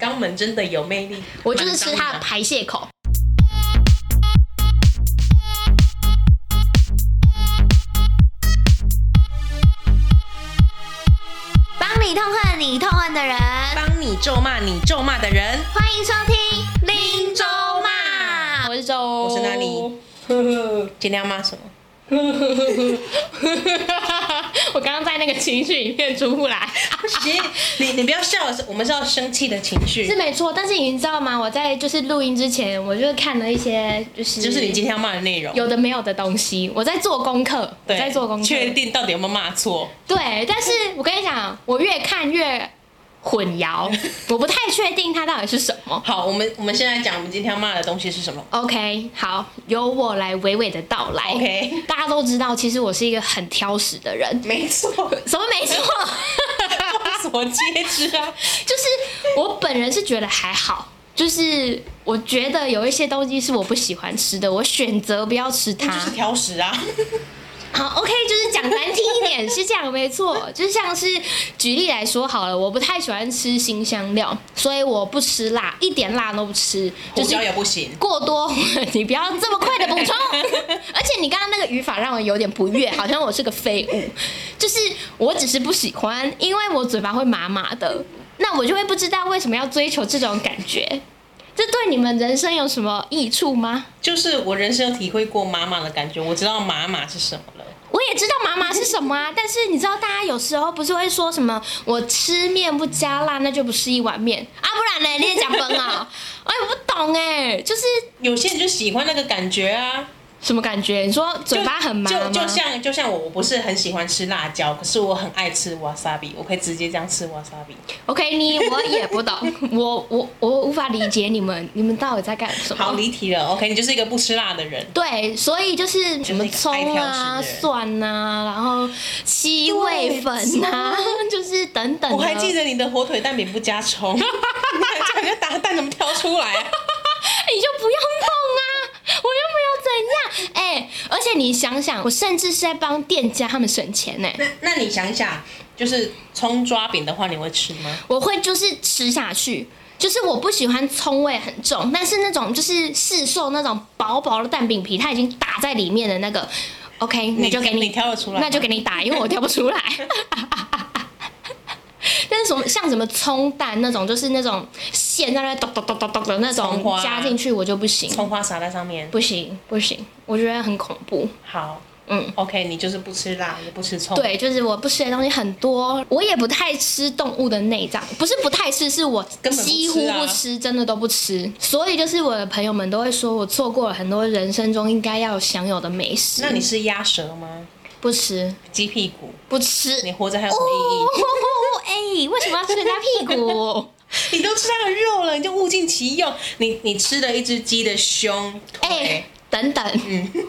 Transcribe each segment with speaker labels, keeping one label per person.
Speaker 1: 肛门真的有魅力。
Speaker 2: 我就是吃它的
Speaker 1: 蛮脏
Speaker 2: 排泄口。
Speaker 3: 帮你痛恨你痛恨的人，
Speaker 1: 帮你咒骂你咒骂的人。
Speaker 3: 欢迎收听《林州骂》。
Speaker 2: 我是周，
Speaker 1: 我
Speaker 2: 我
Speaker 1: 是哪里？今天要骂什么？
Speaker 2: 我刚刚在那个情绪里面出不来，
Speaker 1: 其 实你你不要笑，我们是要生气的情
Speaker 2: 是
Speaker 1: 绪，
Speaker 2: 没错。但是你知道吗？我在就是录音之前，我就看了一些就是
Speaker 1: 就是你今天要骂的内容。
Speaker 2: 有的没有的东西。我在做功课，我
Speaker 1: 对，
Speaker 2: 在做功课。
Speaker 1: 确定到底有没有骂错？
Speaker 2: 对，但是我跟你讲，我越看越混 淆，我不太确定它到底是什么。
Speaker 1: 好，我们我们现在讲我们今天要骂的东西是什么？
Speaker 2: OK，好，由我来娓娓的道来。
Speaker 1: OK
Speaker 2: 大家都知道，其实我是一个很挑食的人。
Speaker 1: 没错，
Speaker 2: 什么没错？
Speaker 1: 众所皆知啊。
Speaker 2: 就是我本人是觉得还好，就是我觉得有一些东西是我不喜欢吃的，我选择不要吃它
Speaker 1: 就。是挑食啊，
Speaker 2: 好，OK，就是讲难听一点是这样，没错，就像是举例来说好了，我不太喜欢吃新香料，所以我不吃辣，一点辣都不吃， 就
Speaker 1: 胡
Speaker 2: 是
Speaker 1: 椒也不行。
Speaker 2: 过多， 你不要这么快的补充。而且你刚刚那个语法让我有点不悦，好像我是个废物。就是我只是不喜欢，因为我嘴巴会麻麻的，那我就会不知道为什么要追求这种感觉。这对你们人生有什么益处吗？
Speaker 1: 就是我人生有体会过妈妈的感觉，我知道妈妈是什么了。
Speaker 2: 我也知道麻麻是什么啊，但是你知道，大家有时候不是会说什么我吃面不加辣，那就不是一碗面啊，不然呢？你也讲崩啊？ 哎，我不懂哎、就是
Speaker 1: 有些人就喜欢那个感觉啊，
Speaker 2: 什么感觉？你说嘴巴很麻吗？
Speaker 1: 就就就像就像我，我不是很喜欢吃辣椒，可是我很爱吃 wasabi，我可以直接这样吃 wasabi。
Speaker 2: OK，你我也不懂， 我我我无法理解你们，你们到底在干什
Speaker 1: 好
Speaker 2: 么？
Speaker 1: 离题了，OK，你就是一个不吃辣的人。
Speaker 2: 对，所以就是什么葱啊、蒜啊，然后七味粉啊， 就是等等的。
Speaker 1: 我还记得你的火腿蛋饼不加葱， 你看这个打蛋怎么挑出来、啊？
Speaker 2: 哎你就不要弄啊，我又没有怎样。哎、而且你想想，我甚至是在帮店家他们省钱呢、
Speaker 1: 那那你想想，就是葱抓饼的话，你会吃吗？
Speaker 2: 我会就是吃下去。就是我不喜欢葱味很重，但是那种就是市售那种薄薄的蛋饼皮，它已经打在里面的那个，OK，那就给
Speaker 1: 你挑得出来吗，
Speaker 2: 那就给你打，因为我挑不出 来。但是什么像什么葱蛋那种，就是那种馅在那咚咚咚咚咚的那
Speaker 1: 葱
Speaker 2: 种
Speaker 1: 花
Speaker 2: 加进去，我就不行，
Speaker 1: 葱花撒在上面。
Speaker 2: 不行不行，我觉得很恐怖。
Speaker 1: 好
Speaker 2: 嗯，
Speaker 1: ，OK，你就是不吃辣，也不吃葱。
Speaker 2: 对，就是我不吃的东西很多，我也不太吃动物的内脏，不是不太吃，是我
Speaker 1: 根本不吃啊
Speaker 2: 几乎不吃，真的都不吃。所以就是我的朋友们都会说我错过了很多人生中应该要享有的美食。
Speaker 1: 那你是鸭舌吗？
Speaker 2: 不吃
Speaker 1: 鸡屁股？
Speaker 2: 不吃，
Speaker 1: 你活着还有什么意义？
Speaker 2: 哦， 哎、为什么要吃人家屁股？
Speaker 1: 你都吃它的肉了，你就物尽其用。你你吃了一只鸡的胸腿，
Speaker 2: 哎、等等，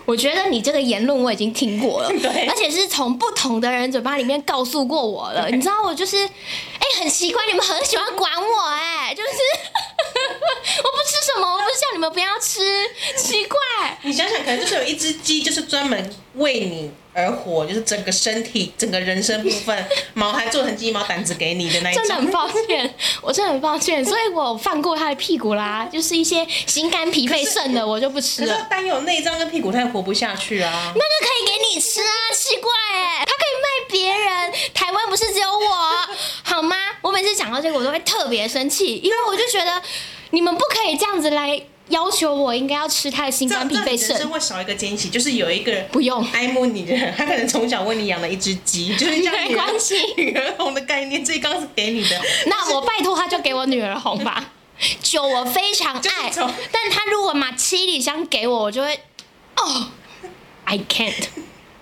Speaker 2: 我觉得你这个言论我已经听过了，
Speaker 1: 嗯 对
Speaker 2: 而且是从不同的人嘴巴里面告诉过我了。你知道我就是，哎、很奇怪，你们很喜欢管我、哎，就是 我不吃什么，我不是叫你们不要吃，奇怪。
Speaker 1: 你想想，可能就是有一只鸡，就是专门为你而活，就是整个身体、整个人生部分毛还做成鸡毛掸子给你的那一种
Speaker 2: 真。的很抱歉，我真的很抱歉，所以我放过他的屁股啦，就是一些心肝脾肺肾的，我就不吃
Speaker 1: 可是
Speaker 2: 了。
Speaker 1: 单有内脏跟屁股，它也活不下去啊。
Speaker 2: 那个可以给你吃啊，奇怪哎，它可以卖别人，台湾不是只有我，好吗？我每次讲到这个，我都会特别生气，因为我就觉得你们不可以这样子来要求我应该要吃他的心
Speaker 1: 这
Speaker 2: 肝
Speaker 1: 样
Speaker 2: 脾肺
Speaker 1: 这样你人生
Speaker 2: 肾，
Speaker 1: 会少一个惊喜，就是有一个人
Speaker 2: 不用，
Speaker 1: 爱慕你的人，他可能从小为你养了一只鸡，就是像
Speaker 2: 没
Speaker 1: 女儿
Speaker 2: 关系
Speaker 1: 女儿红的概念，这一缸是给你的。
Speaker 2: 那我拜托他就给我女儿红吧。酒我非 常爱
Speaker 1: 就是从，
Speaker 2: 但他如果把七里香给我，我就会，哦，I can't，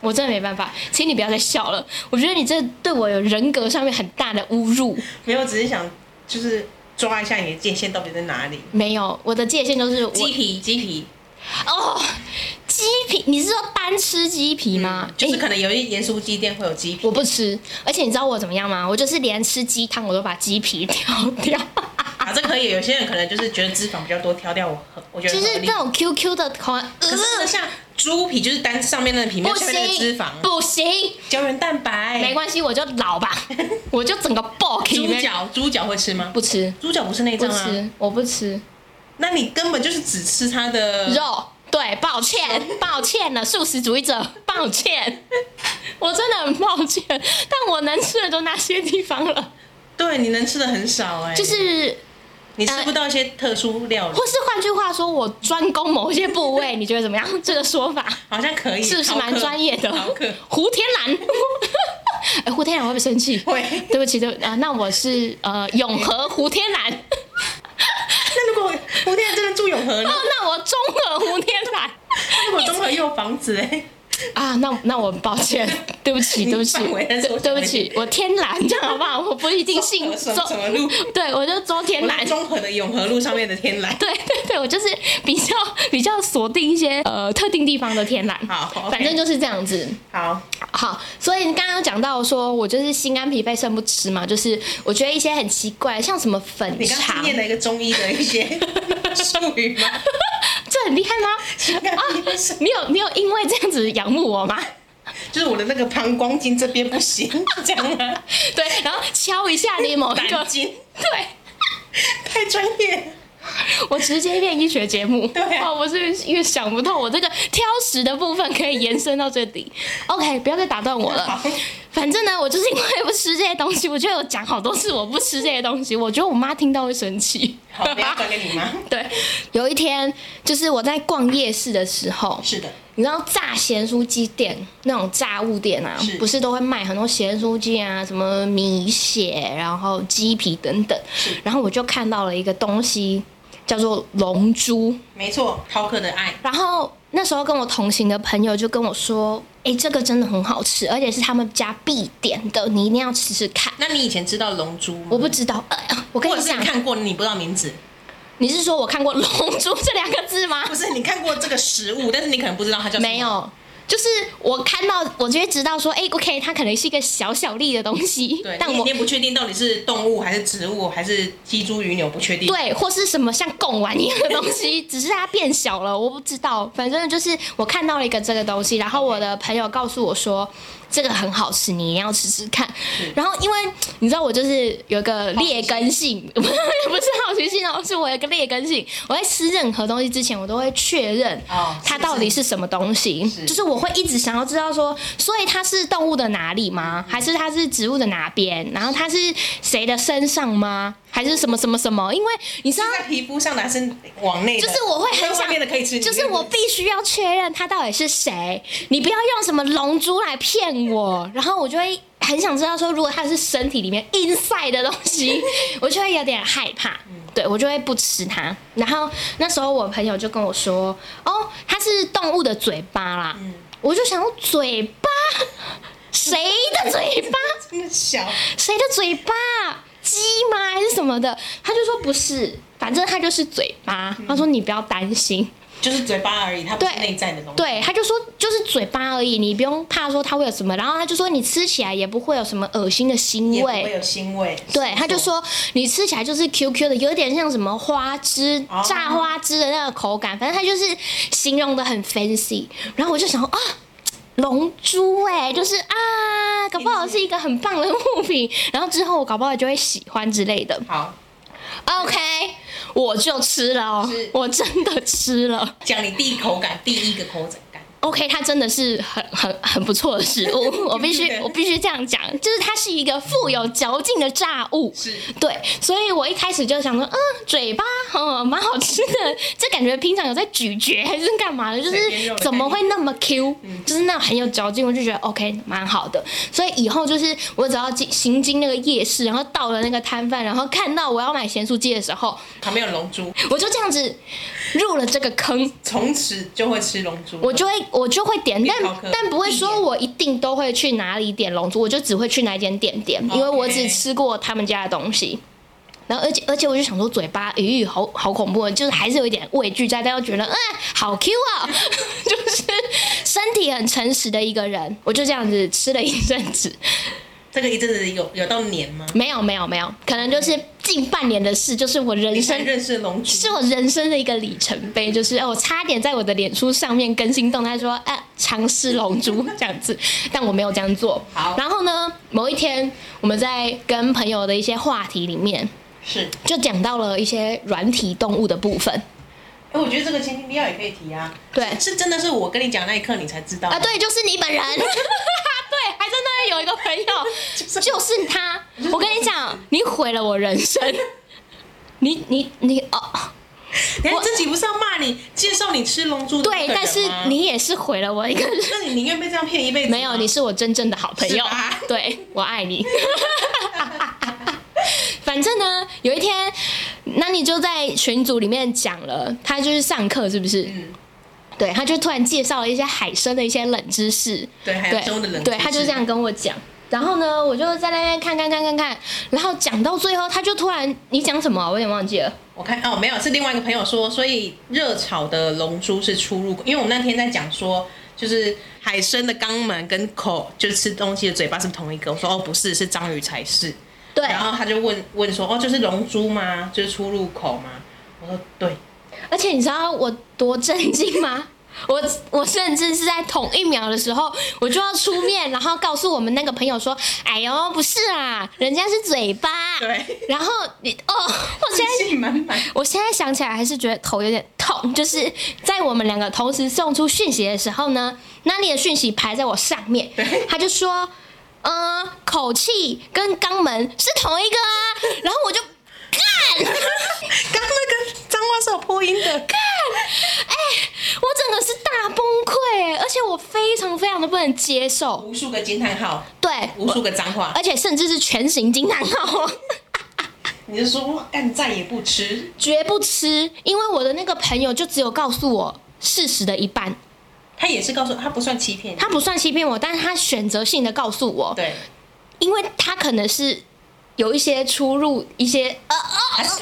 Speaker 2: 我真的没办法，请你不要再笑了，我觉得你这对我有人格上面很大的侮辱。
Speaker 1: 没有，只是想就是抓一下你的界限到底在哪里。
Speaker 2: 没有，我的界限就是我
Speaker 1: 鸡皮，鸡皮，
Speaker 2: 哦，鸡皮，你是说单吃鸡皮吗？
Speaker 1: 嗯就是
Speaker 2: 诶
Speaker 1: 可能有一盐酥鸡店会有鸡皮。
Speaker 2: 我不吃，而且你知道我怎么样吗？我就是连吃鸡汤我都把鸡皮挑掉，
Speaker 1: 啊，这可以。 有些人可能就是觉得脂肪比较多，挑掉我，我觉得
Speaker 2: 就是
Speaker 1: 合理
Speaker 2: 那种 QQ 的口感，呃
Speaker 1: 可是像猪皮就是单上面那个皮，没有
Speaker 2: 不
Speaker 1: 下面那个
Speaker 2: 行，
Speaker 1: 脂肪，
Speaker 2: 不行，
Speaker 1: 胶原蛋白。
Speaker 2: 没关系，我就 老吧，我就整个 b
Speaker 1: 猪脚，猪脚会吃吗？
Speaker 2: 不吃，
Speaker 1: 猪脚不是内
Speaker 2: 不
Speaker 1: 脏啊，
Speaker 2: 吃，我不吃
Speaker 1: 那你根本就是只吃它的。
Speaker 2: 肉。对，抱歉，抱歉了，素食主义者，抱歉，我真的很抱歉，但我能吃的都那些地方了，
Speaker 1: 对，你能吃的很少哎、
Speaker 2: 就是呃
Speaker 1: 你吃不到一些特殊料理
Speaker 2: 或，是换句话说，我专攻某些部位，你觉得怎么样？这 个说法
Speaker 1: 好像可以，
Speaker 2: 是不是蛮专业的
Speaker 1: 好 可？
Speaker 2: 胡天蓝，哎，胡天蓝会不会生气？
Speaker 1: 会。
Speaker 2: 对不起，对不啊、那我是呃永和胡天蓝，哦，
Speaker 1: 那如果我天真的住永和呢？
Speaker 2: 那我中和胡天蓝
Speaker 1: 如果综合又有房子哎、
Speaker 2: 啊，那那我很抱歉，对不起，
Speaker 1: 你
Speaker 2: 对不起，
Speaker 1: 范围再缩
Speaker 2: 对
Speaker 1: 小
Speaker 2: 对不
Speaker 1: 一
Speaker 2: 起，我天蓝，这样好不好？我不一定姓
Speaker 1: 什么什么
Speaker 2: 周，
Speaker 1: 路？
Speaker 2: 对，我就周天蓝
Speaker 1: 我。综合的永和路上面的天蓝。
Speaker 2: 对对对，我就是比较比较锁定一些呃特定地方的天蓝，
Speaker 1: 好，
Speaker 2: 反正就是这样子。
Speaker 1: 好，
Speaker 2: 好，所以你刚刚有讲到说，我就是心肝脾肺肾不吃嘛，就是我觉得一些很奇怪，像什么粉
Speaker 1: 你刚刚
Speaker 2: 肠，
Speaker 1: 念了一个中医的一些术语吗？
Speaker 2: 这很厉害吗？
Speaker 1: 啊，
Speaker 2: 你有你有因为这样子仰慕我吗？
Speaker 1: 就是我的那个膀胱经这边不行， 这 样吗？
Speaker 2: 对，然后敲一下你某一
Speaker 1: 胆
Speaker 2: 个，
Speaker 1: 经
Speaker 2: 对
Speaker 1: 太专业，
Speaker 2: 我直接变医学节目，
Speaker 1: 对啊
Speaker 2: 哦，我是越想不透，我这个挑食的部分可以延伸到这里。OK，不要再打断我了。
Speaker 1: 好
Speaker 2: 反正呢，我就是因为不吃这些东西，我觉得我讲好多次我不吃这些东西，我觉得我妈听到会生气。
Speaker 1: 好，不要转给你妈。
Speaker 2: 对，有一天就是我在逛夜市的时候，
Speaker 1: 是的，
Speaker 2: 你知道炸咸酥鸡店那种炸物店啊，
Speaker 1: 是
Speaker 2: 不是都会卖很多咸酥鸡啊，什么米血，然后鸡皮等等。然后我就看到了一个东西叫做龙珠，
Speaker 1: 没错，饕客的爱，
Speaker 2: 然后那时候跟我同行的朋友就跟我说：“哎、这个真的很好吃，而且是他们家必点的，你一定要吃吃看。
Speaker 1: 那你以前知道龙珠吗？
Speaker 2: 我不知道，呃，我跟
Speaker 1: 或
Speaker 2: 你
Speaker 1: 者是
Speaker 2: 讲
Speaker 1: 你，看过，你不知道名 字，
Speaker 2: 你是说我看过‘龙珠’这两个字 吗？
Speaker 1: 不是你看过这个食物，但是你可能不知道它叫什么
Speaker 2: 没。有，就是我看到，我就会知道说，哎、o k 它可能是一个小小粒的东西
Speaker 1: 对，，
Speaker 2: 但
Speaker 1: 你
Speaker 2: 我
Speaker 1: 你也不确定到底是动物还是植物还是鸡猪鱼牛，不确定。
Speaker 2: 对，或是什么像贡丸一样的东西， 只是它变小了，我不知道。反正就是我看到了一个这个东西，然后我的朋友告诉我说。这个很好吃，你一定要吃吃看。然后，因为你知道我就是有一个劣根性， 不是好奇心哦，是我有一个劣根性。我在吃任何东西之前，我都会确认
Speaker 1: 哦是
Speaker 2: 它
Speaker 1: 不
Speaker 2: 到
Speaker 1: 是
Speaker 2: 底是什么东西，
Speaker 1: 是
Speaker 2: 就是我会一直想要知道说，所以它是动物的哪里吗？
Speaker 1: 嗯
Speaker 2: 还是它是植物的哪边？然后它是谁的身上吗？还是什么什么什么？因为你知道
Speaker 1: 是。在皮肤上的还是往内的？
Speaker 2: 就是我会很
Speaker 1: 在
Speaker 2: 想
Speaker 1: 外面的可以吃，
Speaker 2: 就
Speaker 1: 里
Speaker 2: 是
Speaker 1: 面不
Speaker 2: 我必须要确认他到底是谁，你不要用什么龙珠来骗我，然后我就会很想知道说，如果它是身体里面 inside 的东西，我就会有点害怕，对我就会不吃它。然后那时候我朋友就跟我说，哦，它是动物的嘴巴啦，我就想说嘴巴，谁的嘴巴？
Speaker 1: 这么小，
Speaker 2: 谁的嘴巴？鸡吗？还是什么的？他就说不是，反正它就是嘴巴。他说你不要担心，
Speaker 1: 就是嘴巴而已，它不是
Speaker 2: 对
Speaker 1: 内在的东西。
Speaker 2: 对，他就说就是嘴巴而已，你不用怕说它会有什么。然后他就说你吃起来也不会有什么恶心的腥
Speaker 1: 也不会
Speaker 2: 味。
Speaker 1: 有腥味。
Speaker 2: 对，他就说你吃起来就是 QQ 的，有点像什么花枝
Speaker 1: 哦
Speaker 2: 榨花枝的那个口感，反正他就是形容的很 fancy。然后我就想说啊，龙珠哎、就是啊，搞不好是一个很棒的物品。然后之后我搞不好就会喜欢之类的。
Speaker 1: 好，
Speaker 2: OK，我就吃了哦
Speaker 1: 是，
Speaker 2: 我真的吃了。
Speaker 1: 讲你第一口感，第一个口感。
Speaker 2: OK，它真的是很很很不错的食物， 我必须我必须这样讲，就是它是一个富有嚼劲的炸物。
Speaker 1: 是
Speaker 2: 对，所以我一开始就想说，嗯，嘴巴哦，蛮好吃的，这感觉平常有在咀嚼还是干嘛的，就
Speaker 1: 水煎
Speaker 2: 是
Speaker 1: 肉的嗯
Speaker 2: 怎么会那么 Q，就是那种很有嚼劲，我就觉得 OK 蛮好的。所以以后就是我只要经行经那个夜市，然后到了那个摊贩，然后看到我要买咸酥鸡的时候，
Speaker 1: 旁边有龙珠，
Speaker 2: 我就这样子入了这个坑。
Speaker 1: 从此就会吃龙珠。
Speaker 2: 我就会我就会点，
Speaker 1: 必
Speaker 2: 但
Speaker 1: 考科
Speaker 2: 但不会
Speaker 1: 必
Speaker 2: 说
Speaker 1: 点
Speaker 2: 我一定都会去哪里点龙珠，我就只会去哪一间店点，因为我只
Speaker 1: OK
Speaker 2: 吃过他们家的东西。然后，而且而且，我就想说，嘴巴，咦，好好恐怖，就是还是有一点畏惧在，但又觉得，嗯，好 Q 啊， 就是身体很诚实的一个人，我就这样子吃了一阵子，
Speaker 1: 这个一阵子有有到年吗？
Speaker 2: 没有没有没有，可能就是近半年的事，就是我人
Speaker 1: 你才
Speaker 2: 生
Speaker 1: 认识龙珠，
Speaker 2: 是我人生的一个里程碑，就是哦我差点在我的脸书上面更新动态说，哎、尝试龙珠这样子，但我没有这样做。
Speaker 1: 好
Speaker 2: 然后呢，某一天我们在跟朋友的一些话题里面，
Speaker 1: 是，哎、
Speaker 2: 就讲到了一些软体动物的部分。
Speaker 1: 哎我觉得这个前情提要也可以提啊。
Speaker 2: 对
Speaker 1: 是真的是我跟你讲那一刻你才知道
Speaker 2: 啊，，对，就是你本人。对，还真的有一个朋友，就是他。我跟你讲，你毁了我人生。你你你哦，
Speaker 1: 你
Speaker 2: 我
Speaker 1: 看这集不是要骂你，介绍你吃龙珠的
Speaker 2: 对，
Speaker 1: 那个人
Speaker 2: 但是
Speaker 1: 吗，
Speaker 2: 你也是毁了我一个人。
Speaker 1: 那你宁愿被这样骗一辈子吗？
Speaker 2: 没有，你是我真正的好朋
Speaker 1: 是
Speaker 2: 友
Speaker 1: 吧。
Speaker 2: 对，我爱你。 反正呢，有一天，那你就在群组里面讲了，他就是上课是不是？
Speaker 1: 嗯
Speaker 2: 对，他就突然介绍了一些海参的一些冷知识。
Speaker 1: 对，还有中的冷知识，
Speaker 2: 对，他就这样跟我讲。然后呢，我就在那边看看看看看，然后讲到最后，他就突然你讲什么啊、我有点忘记了。
Speaker 1: 我看哦，没有，是另外一个朋友说，所以热炒的龙珠是出入，因为我们那天在讲说，就是海参的肛门跟口，就是吃东西的嘴巴是不是同一个。我说哦，不是，是章鱼才是。
Speaker 2: 对，
Speaker 1: 然后他就问问说，哦，就是龙珠吗？就是出入口吗？我说对，
Speaker 2: 而且你知道我多震惊吗？ 我我甚至是在同一秒的时候，我就要出面，然后告诉我们那个朋友说：“哎呦，不是啦，人家是嘴巴。”
Speaker 1: 对。
Speaker 2: 然后你哦，我现在
Speaker 1: 自信满 满。
Speaker 2: 我现在想起来还是觉得头有点痛，就是在我们两个同时送出讯息的时候呢，那里的讯息排在我上面，他就说，呃，口气跟肛门是同一个啊，然后我就干，
Speaker 1: 刚刚那个脏话是有破音的，
Speaker 2: 哎我整个是大崩溃欸，而且我非常非常的不能接受，
Speaker 1: 无数个惊叹号，
Speaker 2: 对，
Speaker 1: 无数个脏话。
Speaker 2: 而且甚至是全形惊叹号。
Speaker 1: 你就说哇，干再也不吃，
Speaker 2: 绝不吃，因为我的那个朋友就只有告诉我事实的一半，
Speaker 1: 他也是告诉他不算欺骗你。
Speaker 2: 他不算欺骗我，但是他选择性的告诉我，
Speaker 1: 对，
Speaker 2: 因为他可能是有一些出入，一些呃
Speaker 1: 还啊是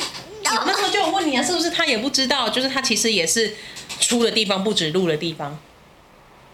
Speaker 1: 我那时候就有问你啊，是不是他也不知道，就是他其实也是出的地方不止入的地方。
Speaker 2: 哦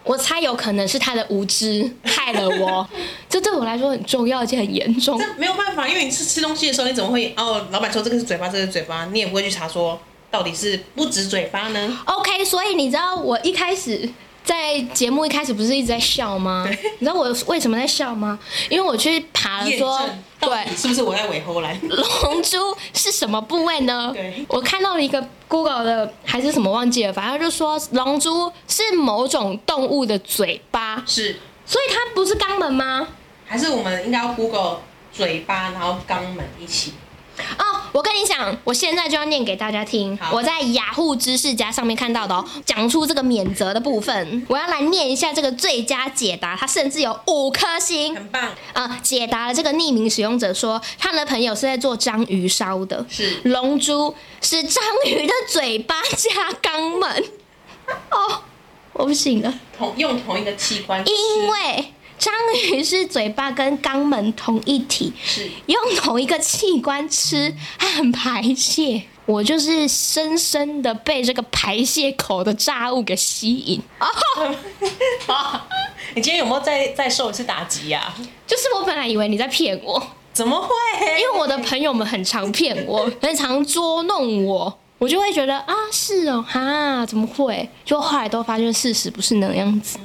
Speaker 2: 我猜有可能是他的无知害了 我，这对我来说很重要，而且很严重。
Speaker 1: 这没有办法，因为你是吃东西的时候，你怎么会哦？老板说这个是嘴巴，这个是嘴巴，你也不会去查说到底是不止嘴巴呢？
Speaker 2: OK，所以你知道我一开始在节目一开始不是一直在笑吗？你知道我为什么在笑吗？因为我去爬了
Speaker 1: 验
Speaker 2: 啊说
Speaker 1: 证，到
Speaker 2: 对
Speaker 1: 底，是不是我在尾后来？
Speaker 2: 龙珠是什么部位呢
Speaker 1: 对？
Speaker 2: 我看到了一个 Google 的还是什么忘记了，反正就说龙珠是某种动物的嘴巴，
Speaker 1: 是
Speaker 2: 所以它不是肛门吗？
Speaker 1: 还是我们应该要 Google 嘴巴，然后肛门一起？
Speaker 2: 哦，我跟你讲，我现在就要念给大家听。
Speaker 1: 好
Speaker 2: 我在雅虎知识家上面看到的哦，讲出这个免责的部分，我要来念一下这个最佳解答，它甚至有五 颗星。
Speaker 1: 很棒，
Speaker 2: 呃，解答了这个匿名使用者说，他的朋友是在做章鱼烧的，
Speaker 1: 是
Speaker 2: 龙珠是章鱼的嘴巴加肛 门。哦，我不行了，
Speaker 1: 同用同一个器官吃，
Speaker 2: 因为章鱼是嘴巴跟肛门同一体，
Speaker 1: 是
Speaker 2: 用同一个器官吃，它很排泄。我就是深深的被这个排泄口的炸物给吸引，
Speaker 1: 你今天有没有再再受一次打击呀、啊？
Speaker 2: 就是我本来以为你在骗我，
Speaker 1: 怎么会？
Speaker 2: 因为我的朋友们很常骗我，很常捉弄我，我就会觉得啊是哦哈怎么会？就后来都发现事实不是那样子。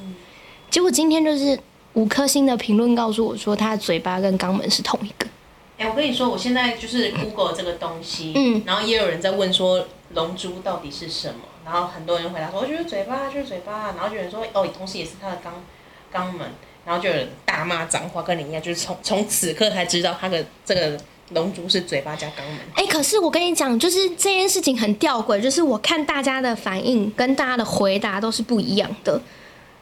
Speaker 2: 结果今天就是五颗星的评论告诉我说，他的嘴巴跟肛门是同一个。
Speaker 1: 哎、我跟你说，我现在就是 Google 这个东西，
Speaker 2: 嗯
Speaker 1: 然后也有人在问说龙珠到底是什么，然后很多人回答说，我觉得嘴巴就是嘴巴，然后就有人说，哦，同时也是他的肛肛门，然后就有人大骂脏话，跟你一样，就是从从此刻才知道他的这个龙珠是嘴巴加肛门，
Speaker 2: 哎、可是我跟你讲，就是这件事情很吊诡，就是我看大家的反应跟大家的回答都是不一样的。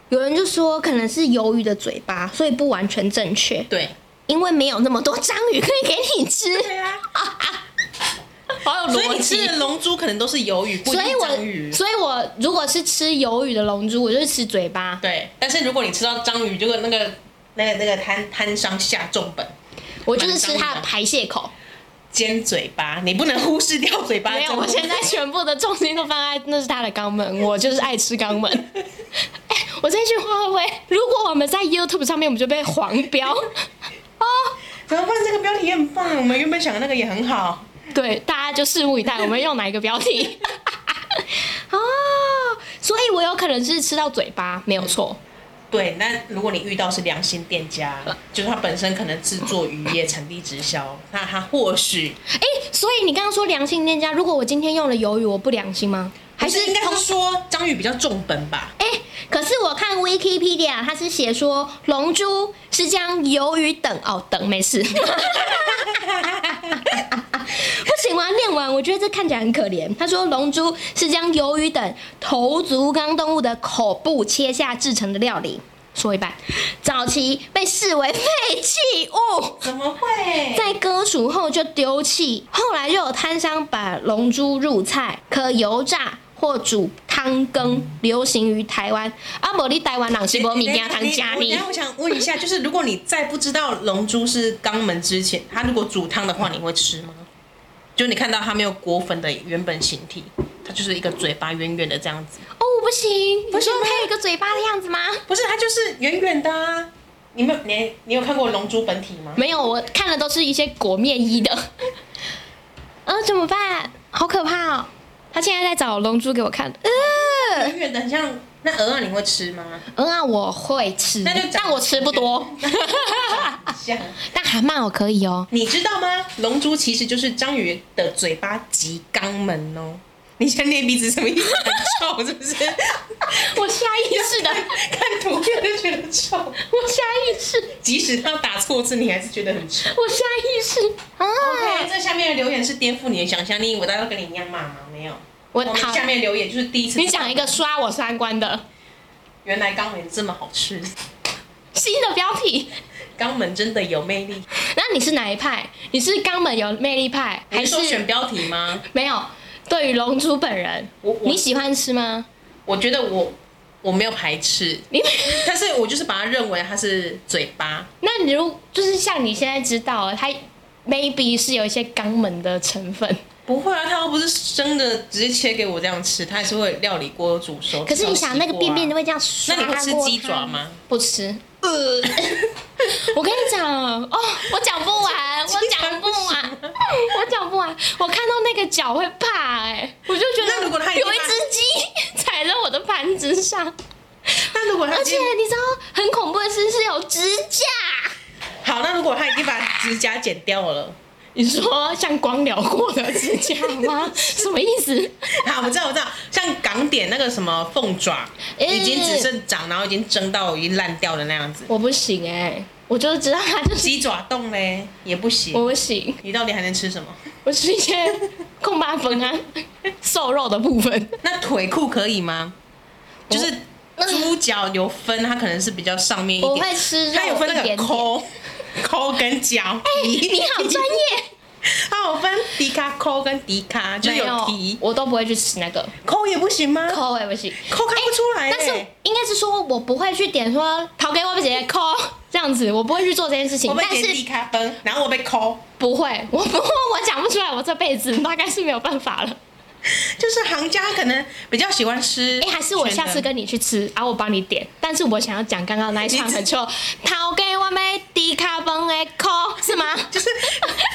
Speaker 2: 有人就说可能是鱿鱼的嘴巴，所以不完全正确，
Speaker 1: 对，
Speaker 2: 因为没有那么多章鱼可以给你吃。
Speaker 1: 啊，
Speaker 2: 好有
Speaker 1: 所以你吃的龙珠可能都是鱿鱼，不一
Speaker 2: 所
Speaker 1: 定
Speaker 2: 以
Speaker 1: 是章鱼
Speaker 2: 我，。所以我如果是吃鱿鱼的龙珠，我就是吃嘴巴。
Speaker 1: 对，但是如果你吃到章鱼，这个那个那个那个摊摊商下重本，
Speaker 2: 我就是吃它的排泄口。
Speaker 1: 尖嘴巴，你不能忽视掉嘴巴。
Speaker 2: 没有，
Speaker 1: 这个
Speaker 2: 我现在全部的重心都放在那是它的肛门， 我就是爱吃肛门。 哎、我这句话会不会？如果我们在 YouTube 上面，我们就被黄标。
Speaker 1: 怎么办？这个标题也很棒，我们原本想的那个也很好。
Speaker 2: 对，大家就拭目以待，我们用哪一个标题？ 啊，所以我有可能是吃到嘴巴，没有错。
Speaker 1: 嗯对，那如果你遇到是良心店 家，就是他本身可能制作渔业、产地直销，那他或许
Speaker 2: 哎、所以你刚刚说良心店家，如果我今天用了鱿鱼，我不良心吗？还
Speaker 1: 还
Speaker 2: 是
Speaker 1: 是应该
Speaker 2: 同
Speaker 1: 是说章鱼比较重本吧？
Speaker 2: 哎、可是我看 Wikipedia，它是写说《龙珠》是将鱿鱼等哦等没事， 不行，我要念完。我觉得这看起来很可怜。他说，《龙珠》是将鱿鱼等头足纲动物的口部切下制成的料理。说一半，早期被视为废弃物，
Speaker 1: 怎么会？
Speaker 2: 在割除后就丢弃，后来就有摊商把龙珠入菜，可油炸或煮汤羹，流行于台湾。啊，不，你台湾人是无物件汤加
Speaker 1: 你你你我等一
Speaker 2: 你
Speaker 1: 下。我想问一下，就是如果你在不知道龙珠是肛门之前，它如果煮汤的话，你会吃吗？就你看到它没有裹粉的原本形体，它就是一个嘴巴圆圆的这样子，
Speaker 2: 哦，不行，
Speaker 1: 不
Speaker 2: 你
Speaker 1: 行
Speaker 2: 说
Speaker 1: 吗
Speaker 2: 它有一个嘴巴的样子吗？
Speaker 1: 不是它就是圆圆的啊。你们你你有看过龙珠本体吗？
Speaker 2: 没有，我看的都是一些裹面衣的。呃，怎么办？好可怕哦！他现在在找龙珠给我看。呃，
Speaker 1: 圆圆的很像那鹅啊，你会吃 吗？
Speaker 2: 嗯啊，我会吃
Speaker 1: 那就，长
Speaker 2: 但我吃不多。
Speaker 1: 像。
Speaker 2: 但蛤蟆我可以哦。
Speaker 1: 你知道吗？龙珠其实就是章鱼的嘴巴及肛门哦。你现在捏鼻子什么意思？很臭是不是？
Speaker 2: 我下意识的，
Speaker 1: 看图片就觉得臭，
Speaker 2: 我下意识。
Speaker 1: 即使他打错字，你还是觉得很臭。
Speaker 2: 我下意识啊
Speaker 1: OK，这下面的留言是颠覆你的想象，你以为大家都跟你一样骂吗？没有，
Speaker 2: 我
Speaker 1: 们
Speaker 2: 好，
Speaker 1: 下面留言就是第一次。
Speaker 2: 你讲一个，刷我三观的
Speaker 1: 原来肛门这么好吃，
Speaker 2: 新的标题。
Speaker 1: 肛门真的有魅力。
Speaker 2: 那你是哪一派？你是肛门有魅力派，还
Speaker 1: 你
Speaker 2: 是
Speaker 1: 说选标题吗？
Speaker 2: 没有？对于龙珠本人，
Speaker 1: 我我
Speaker 2: 你喜欢吃吗？
Speaker 1: 我觉得我我没有排斥，
Speaker 2: 你
Speaker 1: 但是我就是把它认为它是嘴巴。
Speaker 2: 那你如就是像你现在知道了，它 maybe 是有一些肛门的成分，
Speaker 1: 不会啊，他又不是生的，直接切给我这样吃，他还是会料理过煮熟。
Speaker 2: 可是你想那个便便都
Speaker 1: 会，
Speaker 2: 会这样刷
Speaker 1: 那你
Speaker 2: 过
Speaker 1: 会
Speaker 2: 它，
Speaker 1: 吃鸡爪吗？
Speaker 2: 不吃。呃，我跟你讲哦，我讲不完，我讲不完， 我讲不完。我看到那个脚会怕哎、我就觉
Speaker 1: 那如果它
Speaker 2: 得
Speaker 1: 已经
Speaker 2: 有一只鸡踩在我的盘子上，
Speaker 1: 那如果 他
Speaker 2: 而
Speaker 1: 已
Speaker 2: 且
Speaker 1: 经
Speaker 2: 你知道很恐怖的是是有指甲。
Speaker 1: 好，那如果他已经把指甲剪掉了，
Speaker 2: 你说像光疗过的指甲 吗？什么意思？
Speaker 1: 好，我知道，我知道，像港点那个什么凤爪，
Speaker 2: 呃
Speaker 1: 已经只剩长，然后已经蒸到已经烂掉的那样子。
Speaker 2: 我不行哎、我就是知道它就是
Speaker 1: 鸡爪冻嘞也不行
Speaker 2: 我，不行，
Speaker 1: 你到底还能吃什么？
Speaker 2: 我吃一些空巴 粉啊，瘦肉的部分。
Speaker 1: 那腿裤可以吗？就是猪脚有分，它可能是比较上面一
Speaker 2: 我
Speaker 1: 点，
Speaker 2: 会吃肉
Speaker 1: 它有分
Speaker 2: 一
Speaker 1: 那个
Speaker 2: 点点
Speaker 1: 抠抠跟脚。
Speaker 2: 你好专业，
Speaker 1: 它有分迪卡抠跟迪卡，就是有提
Speaker 2: 我都不会去吃那个
Speaker 1: 抠也不行吗？
Speaker 2: 抠我也不行，
Speaker 1: 抠看不出来、欸
Speaker 2: 但是应该是说我不会去点说讨给我姐姐抠 这样子，我不会去做这件事情
Speaker 1: 我，被
Speaker 2: 但
Speaker 1: 点迪
Speaker 2: 是
Speaker 1: 卡分，然后我被抠，
Speaker 2: 不会，我不我讲不出来，我这辈子大概是没有办 法了。
Speaker 1: 就是行家可能比较喜欢吃。
Speaker 2: 哎、还是我下次跟你去吃，然后我帮你点，但是我想要讲刚刚那一串
Speaker 1: 你只
Speaker 2: 很臭，讨给我妹低卡崩的抠是吗？
Speaker 1: 就是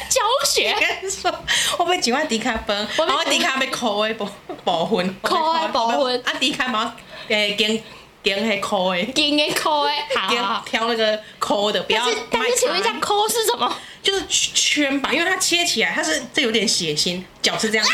Speaker 2: 教学。
Speaker 1: 跟你说，我被喜欢迪卡分，
Speaker 2: 我
Speaker 1: 然
Speaker 2: 被
Speaker 1: 后迪卡被抠诶，保保分，
Speaker 2: 抠的保分
Speaker 1: 啊，迪卡嘛诶，跟跟黑抠诶。
Speaker 2: 给给抠哎，好好
Speaker 1: 挑
Speaker 2: 好。
Speaker 1: 挑那个抠的，不要
Speaker 2: 但是但
Speaker 1: 卖
Speaker 2: 是，请问一下
Speaker 1: 它，
Speaker 2: 抠是什么？
Speaker 1: 就是圈吧，因为它切起来，它是这有点血腥，脚是这样子，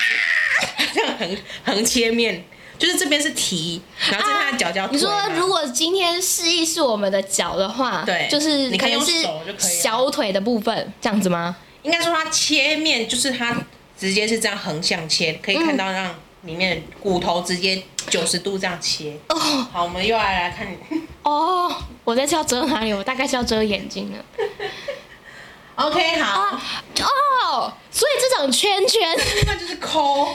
Speaker 1: 这样横横切面，就是这边是蹄，然啊后这边它的脚叫
Speaker 2: 你说
Speaker 1: 腿嘛
Speaker 2: 如果今天示意是我们的脚的话，
Speaker 1: 对
Speaker 2: 就是
Speaker 1: 你
Speaker 2: 可
Speaker 1: 可以
Speaker 2: 能
Speaker 1: 用
Speaker 2: 是
Speaker 1: 手就可以了
Speaker 2: 小腿的部分这样子吗？
Speaker 1: 应该说它切面就是它直接是这样横向切，可以看到让里面的骨头直接九十度这样切。
Speaker 2: 哦
Speaker 1: 好，我们又要来看，
Speaker 2: 哦，我在是要遮哪里？我大概是要遮眼睛了。
Speaker 1: OK，好，
Speaker 2: 哦，所以这种圈圈
Speaker 1: 那就是抠。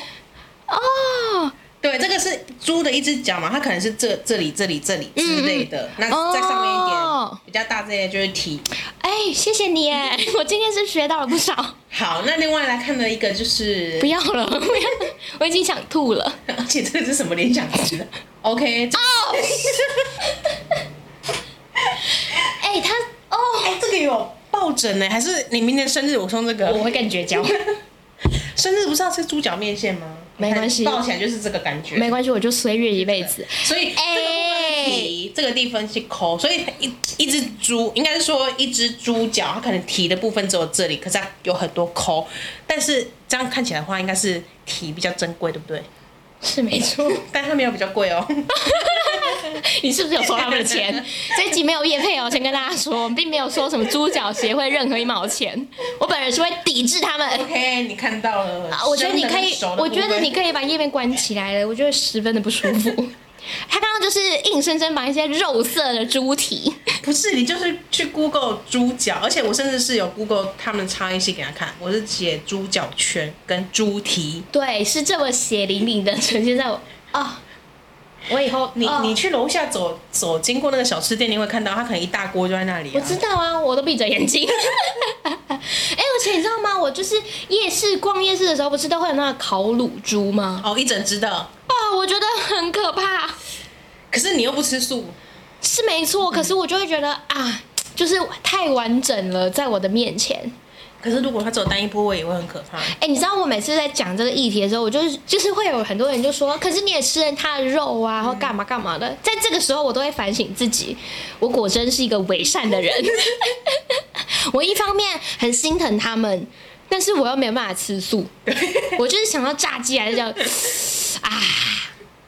Speaker 2: 哦，
Speaker 1: 对，这个是猪的一只脚嘛，它可能是这这里、这里、这
Speaker 2: 嗯
Speaker 1: 里之类的。那在上面一点、
Speaker 2: 哦
Speaker 1: 比较大这些就是蹄。
Speaker 2: 哎，谢谢你耶， 我今天是学到了不少。
Speaker 1: 好，那另外来看的一个就是
Speaker 2: 不，要了， 不要，我已经想吐了。
Speaker 1: 而且这个是什么联想词的？OK，这
Speaker 2: 哦，哎，他哦，
Speaker 1: 哎、这个有爆落枕呢、还是你明年生日我送这
Speaker 2: 我
Speaker 1: 个？
Speaker 2: 会跟你绝交，
Speaker 1: 生日不是要吃猪脚面线吗？
Speaker 2: 没关系
Speaker 1: 抱起来就是这个感觉。
Speaker 2: 没关系，我就随月一辈子。
Speaker 1: 所以这个
Speaker 2: 哎
Speaker 1: 部分提这个地方去抠，所以一一只猪应该是说一只猪脚，它可能蹄的部分只有这里，可是它有很多抠，但是这样看起来的话，应该是蹄比较珍贵，对不对？
Speaker 2: 是没错，
Speaker 1: 但它没有比较贵 哦。
Speaker 2: 你是不是有收他们的钱？这一集没有叶配哦，先跟大家说，我们并没有收什么猪脚协会任何一毛钱，我本人是会抵制他们。
Speaker 1: OK，你看到了。
Speaker 2: 啊，我觉得你
Speaker 1: 生的
Speaker 2: 可
Speaker 1: 跟
Speaker 2: 以
Speaker 1: 熟的，部
Speaker 2: 我
Speaker 1: 分
Speaker 2: 觉得你可以把页面关起来了，我觉得十分的不舒服。他刚刚就是硬生生把一些肉色的猪蹄，
Speaker 1: 不是你就是去 Google 猪脚，而且我甚至是有 Google 他们差异性给他看，我是写猪脚圈跟猪蹄。
Speaker 2: 对，是这么血淋淋的呈现在我啊、我以后
Speaker 1: 你、
Speaker 2: 哦
Speaker 1: 你去楼下走走，经过那个小吃店，你会看到它可能一大锅就在那里、啊。
Speaker 2: 我知道啊，我都闭着眼睛。哎、而且你知道吗？我就是夜市逛夜市的时候，不是都会有那个烤乳猪吗？
Speaker 1: 哦，一整只的。
Speaker 2: 啊、我觉得很可怕，
Speaker 1: 可是你又不吃素，
Speaker 2: 是没错。可是我就会觉得啊，就是太完整了，在我的面前。
Speaker 1: 可是如果它只有单一部位，也会很可怕。
Speaker 2: 哎、你知道我每次在讲这个议题的时候，我就是就是会有很多人就说，可是你也吃了他的肉啊，或干嘛干嘛的。在这个时候，我都会反省自己，我果真是一个伪善的人。 我一方面很心疼他们，但是我又没有办法吃素，我就是想到炸鸡还是叫啊。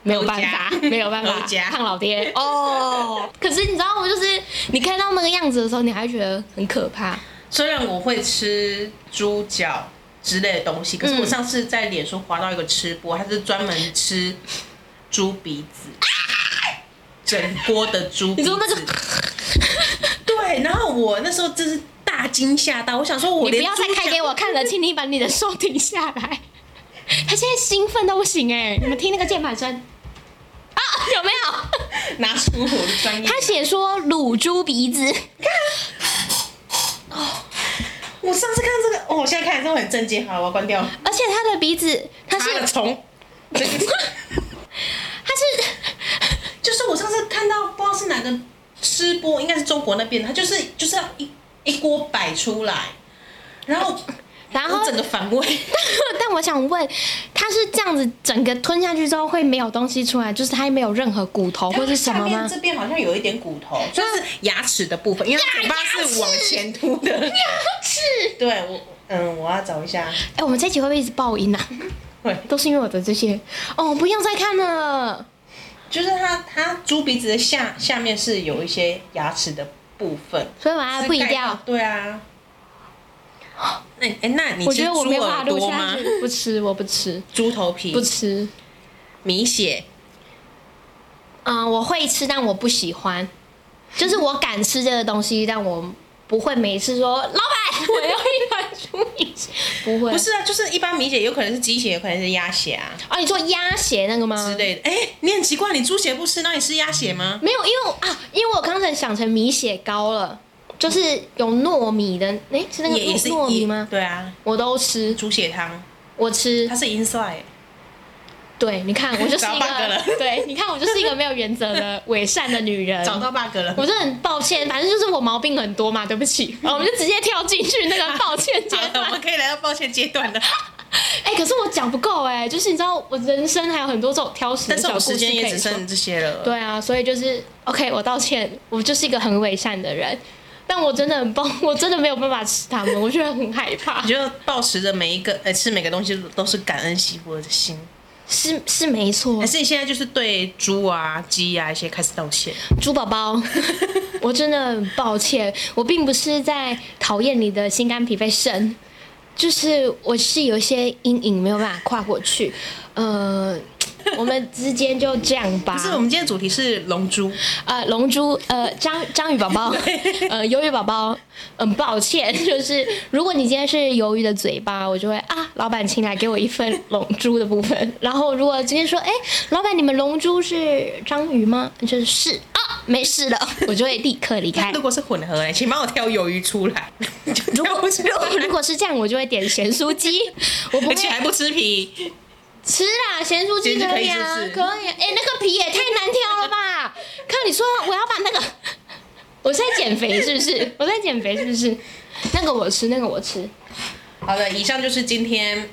Speaker 2: 没有办法，
Speaker 1: 肉夹
Speaker 2: 没有办法
Speaker 1: 肉，夹
Speaker 2: 胖老爹哦。可是你知道，我就是你看到那个样子的时候，你还会觉得很可怕。
Speaker 1: 虽然我会吃猪脚之类的
Speaker 2: 嗯
Speaker 1: 东西，可是我上次在脸书滑到一个吃播，他是专门吃猪鼻子，整锅的猪鼻
Speaker 2: 你
Speaker 1: 子。
Speaker 2: 说那个
Speaker 1: 对，然后我那时候真是大惊吓到，我想说我
Speaker 2: 你不
Speaker 1: 连
Speaker 2: 要再
Speaker 1: 猪
Speaker 2: 开
Speaker 1: 脚
Speaker 2: 给我看了，请你把你的手停下来。 他现在兴奋到不行哎、你们听那个键盘声啊，有没有？
Speaker 1: 拿出我的专业，
Speaker 2: 他写说乳猪鼻子，
Speaker 1: 我上次看这个，哦，我现在看的时候很震惊，好，我要关掉。
Speaker 2: 而且他的鼻子，他是
Speaker 1: 它的 虫，
Speaker 2: 他是
Speaker 1: 就是我上次看到不知道是哪个吃播，应该是中国那边的，他就是就是要一一锅摆出来，然后
Speaker 2: 啊然
Speaker 1: 我
Speaker 2: 后
Speaker 1: 整，个反胃，
Speaker 2: 但我想问，他是这样子整个吞下去之后会没有东西出来，就是他没有任何骨头或哦是什
Speaker 1: 下
Speaker 2: 么
Speaker 1: 面
Speaker 2: 吗？
Speaker 1: 这边好像有一点骨头，就是牙齿的部分，因为它嘴巴是往前凸的。
Speaker 2: 是，
Speaker 1: 对我，嗯，我要找一下。
Speaker 2: 哎、我们这集会不会一直爆音啊？
Speaker 1: 会，
Speaker 2: 都是因为我的这些哦，不用再看了。
Speaker 1: 就是它它猪鼻子的下下面是有一些牙齿的部分，
Speaker 2: 所以把它
Speaker 1: 是
Speaker 2: 不一
Speaker 1: 盖
Speaker 2: 定要
Speaker 1: 到。对 啊。那哎、那你
Speaker 2: 我
Speaker 1: 吃
Speaker 2: 觉得我
Speaker 1: 猪
Speaker 2: 没有办法
Speaker 1: 耳
Speaker 2: 录
Speaker 1: 朵
Speaker 2: 下
Speaker 1: 吗？
Speaker 2: 去，不吃，我不吃，
Speaker 1: 猪头皮
Speaker 2: 不吃。
Speaker 1: 米血，
Speaker 2: 嗯，我会吃，但我不喜欢。就是我敢吃这个东西，但我不会每次说老板，我要一碗猪米血， 不会。
Speaker 1: 不是啊，就是一般米血有可能是鸡血，有可能是鸭血啊
Speaker 2: 哦，你说鸭血那个吗？
Speaker 1: 之类的。哎、你很奇怪，你猪血不吃，那你吃鸭血吗？
Speaker 2: 没有，因为我啊，因为我刚才想成米血糕了，就是有糯米的，哎，是那个
Speaker 1: 也也
Speaker 2: 糯
Speaker 1: 是
Speaker 2: 糯米吗？
Speaker 1: 对啊，
Speaker 2: 我都吃，
Speaker 1: 猪血汤，
Speaker 2: 我吃
Speaker 1: 它。是 inside，
Speaker 2: 对，你看，我就是
Speaker 1: 找
Speaker 2: 一
Speaker 1: bug 了
Speaker 2: 个，对，你看，我就是一个没有原则 的伪善的女人。
Speaker 1: 找到 bug 了。
Speaker 2: 嗯我真的很抱歉，反正就是我毛病很多嘛，对 不起，我们就直接跳进去那个抱歉阶
Speaker 1: 好的，我
Speaker 2: 段
Speaker 1: 们。可以来到抱歉阶段 了，
Speaker 2: 哎、可是我讲不够哎、就是你知道，我人生还有很多这种挑食
Speaker 1: 但
Speaker 2: 的
Speaker 1: 是
Speaker 2: 小
Speaker 1: 我
Speaker 2: 故
Speaker 1: 们时
Speaker 2: 事可
Speaker 1: 间也
Speaker 2: 以
Speaker 1: 只
Speaker 2: 说。
Speaker 1: 剩这些了。
Speaker 2: 对啊，所以就是 OK，我道歉，我就是一个很伪善的人，但我真的很抱，我真的没有办法吃它们，我觉得很害怕
Speaker 1: 你。就保持着每一个呃吃每个东西都是感恩惜福的心，
Speaker 2: 嗯是是没错
Speaker 1: 还，是你现在就是对猪啊、鸡啊一些开始道歉？
Speaker 2: 猪宝宝， 我真的很抱歉，我并不是在讨厌你的心肝脾肺肾，就是我是有一些阴影没有办法跨过去，呃，我们之间就这样吧。
Speaker 1: 不是，我们今天的主题是龙珠，
Speaker 2: 呃，龙珠，呃，章章鱼宝宝， 呃，鱿鱼宝宝，嗯，抱歉， 就是如果你今天是鱿鱼的嘴巴，我就会啊，老板，请来给我一份 龙珠的部分。然后如果今天说，哎，老板，你们龙珠是章鱼吗？就是是啊，没事了， 我就会立刻离开
Speaker 1: 如。果是混合、欸，请帮我挑鱿鱼出来， 如果出
Speaker 2: 哎如
Speaker 1: 来，
Speaker 2: 果是这样，我就会点咸酥鸡， 我不
Speaker 1: 而
Speaker 2: 会
Speaker 1: 且还不吃皮，
Speaker 2: 吃啦，咸酥鸡
Speaker 1: 咸酥
Speaker 2: 可
Speaker 1: 可以
Speaker 2: 以啊，
Speaker 1: 是不是
Speaker 2: 以啊。哎、那个皮也太难挑了吧！ 看你说我要把那个，我是在减肥是不是？我在减肥是不是？那个我吃，那个我吃。
Speaker 1: 好的，以上就是今天，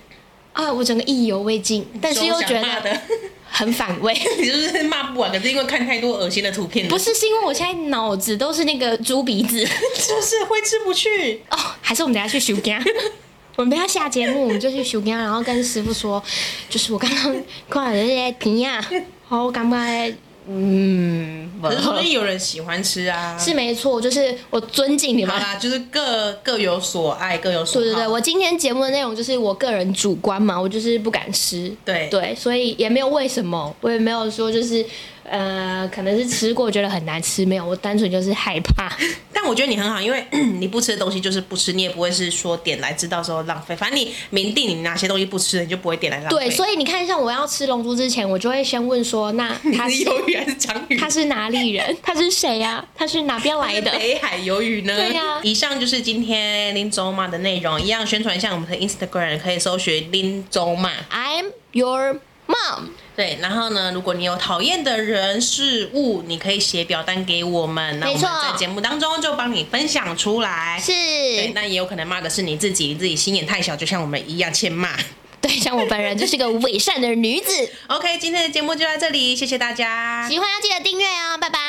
Speaker 2: 啊，我整个意犹未尽，但是又觉
Speaker 1: 想骂
Speaker 2: 得
Speaker 1: 的，
Speaker 2: 很反胃。
Speaker 1: 你是不是骂不完？可是因为看太多恶心的图片了，
Speaker 2: 不是，是因为我现在脑子都是那个猪鼻子
Speaker 1: 就是挥之不去。
Speaker 2: 哦，还是我们等一下去修干。我们等一下下节目，我们就去修干，然后跟师傅说，就是我刚刚看了这些甜呀，然后我感觉嗯，不
Speaker 1: 可是说不定有人喜欢吃啊。
Speaker 2: 是没错，就是我尊敬你们
Speaker 1: 好。啦，就是各各有所爱，各有所好。
Speaker 2: 对对对，我今天节目的内容就是我个人主观嘛，我就是不敢吃，
Speaker 1: 对
Speaker 2: 对，所以也没有为什么，我也没有说就是呃，可能是吃过觉得很难吃，没有，我单纯就是害怕。
Speaker 1: 但我觉得你很好，因为 你不吃的东西就是不吃，你也不会是说点来知道时候浪费。反正你明定你哪些东西不吃的，你就不会点来浪费。
Speaker 2: 对，所以你看，像我要吃龙珠之前，我就会先问说，那 他
Speaker 1: 你是
Speaker 2: 是
Speaker 1: 鱿鱼还是章鱼？
Speaker 2: 他是哪里 人？他是谁呀、他是哪边来的？
Speaker 1: 北海鱿鱼呢？
Speaker 2: 对呀
Speaker 1: 以上就是今天林州妈的内容，一样宣传一下我们的 Instagram，可以搜寻林州妈。
Speaker 2: I'm your mom。
Speaker 1: 对，然后呢，如果你有讨厌的人事物，你可以写表单给我们，那我
Speaker 2: 没
Speaker 1: 们
Speaker 2: 错
Speaker 1: 在节目当中就帮你分享出来。
Speaker 2: 是
Speaker 1: 对，那也有可能骂的是你自己，你自己心眼太小，就像我们一样欠骂。
Speaker 2: 对，像我本人就是个伪善的女子，
Speaker 1: OK，今天的节目就到这里，谢谢大家，
Speaker 2: 喜欢要记得订阅哦，拜拜。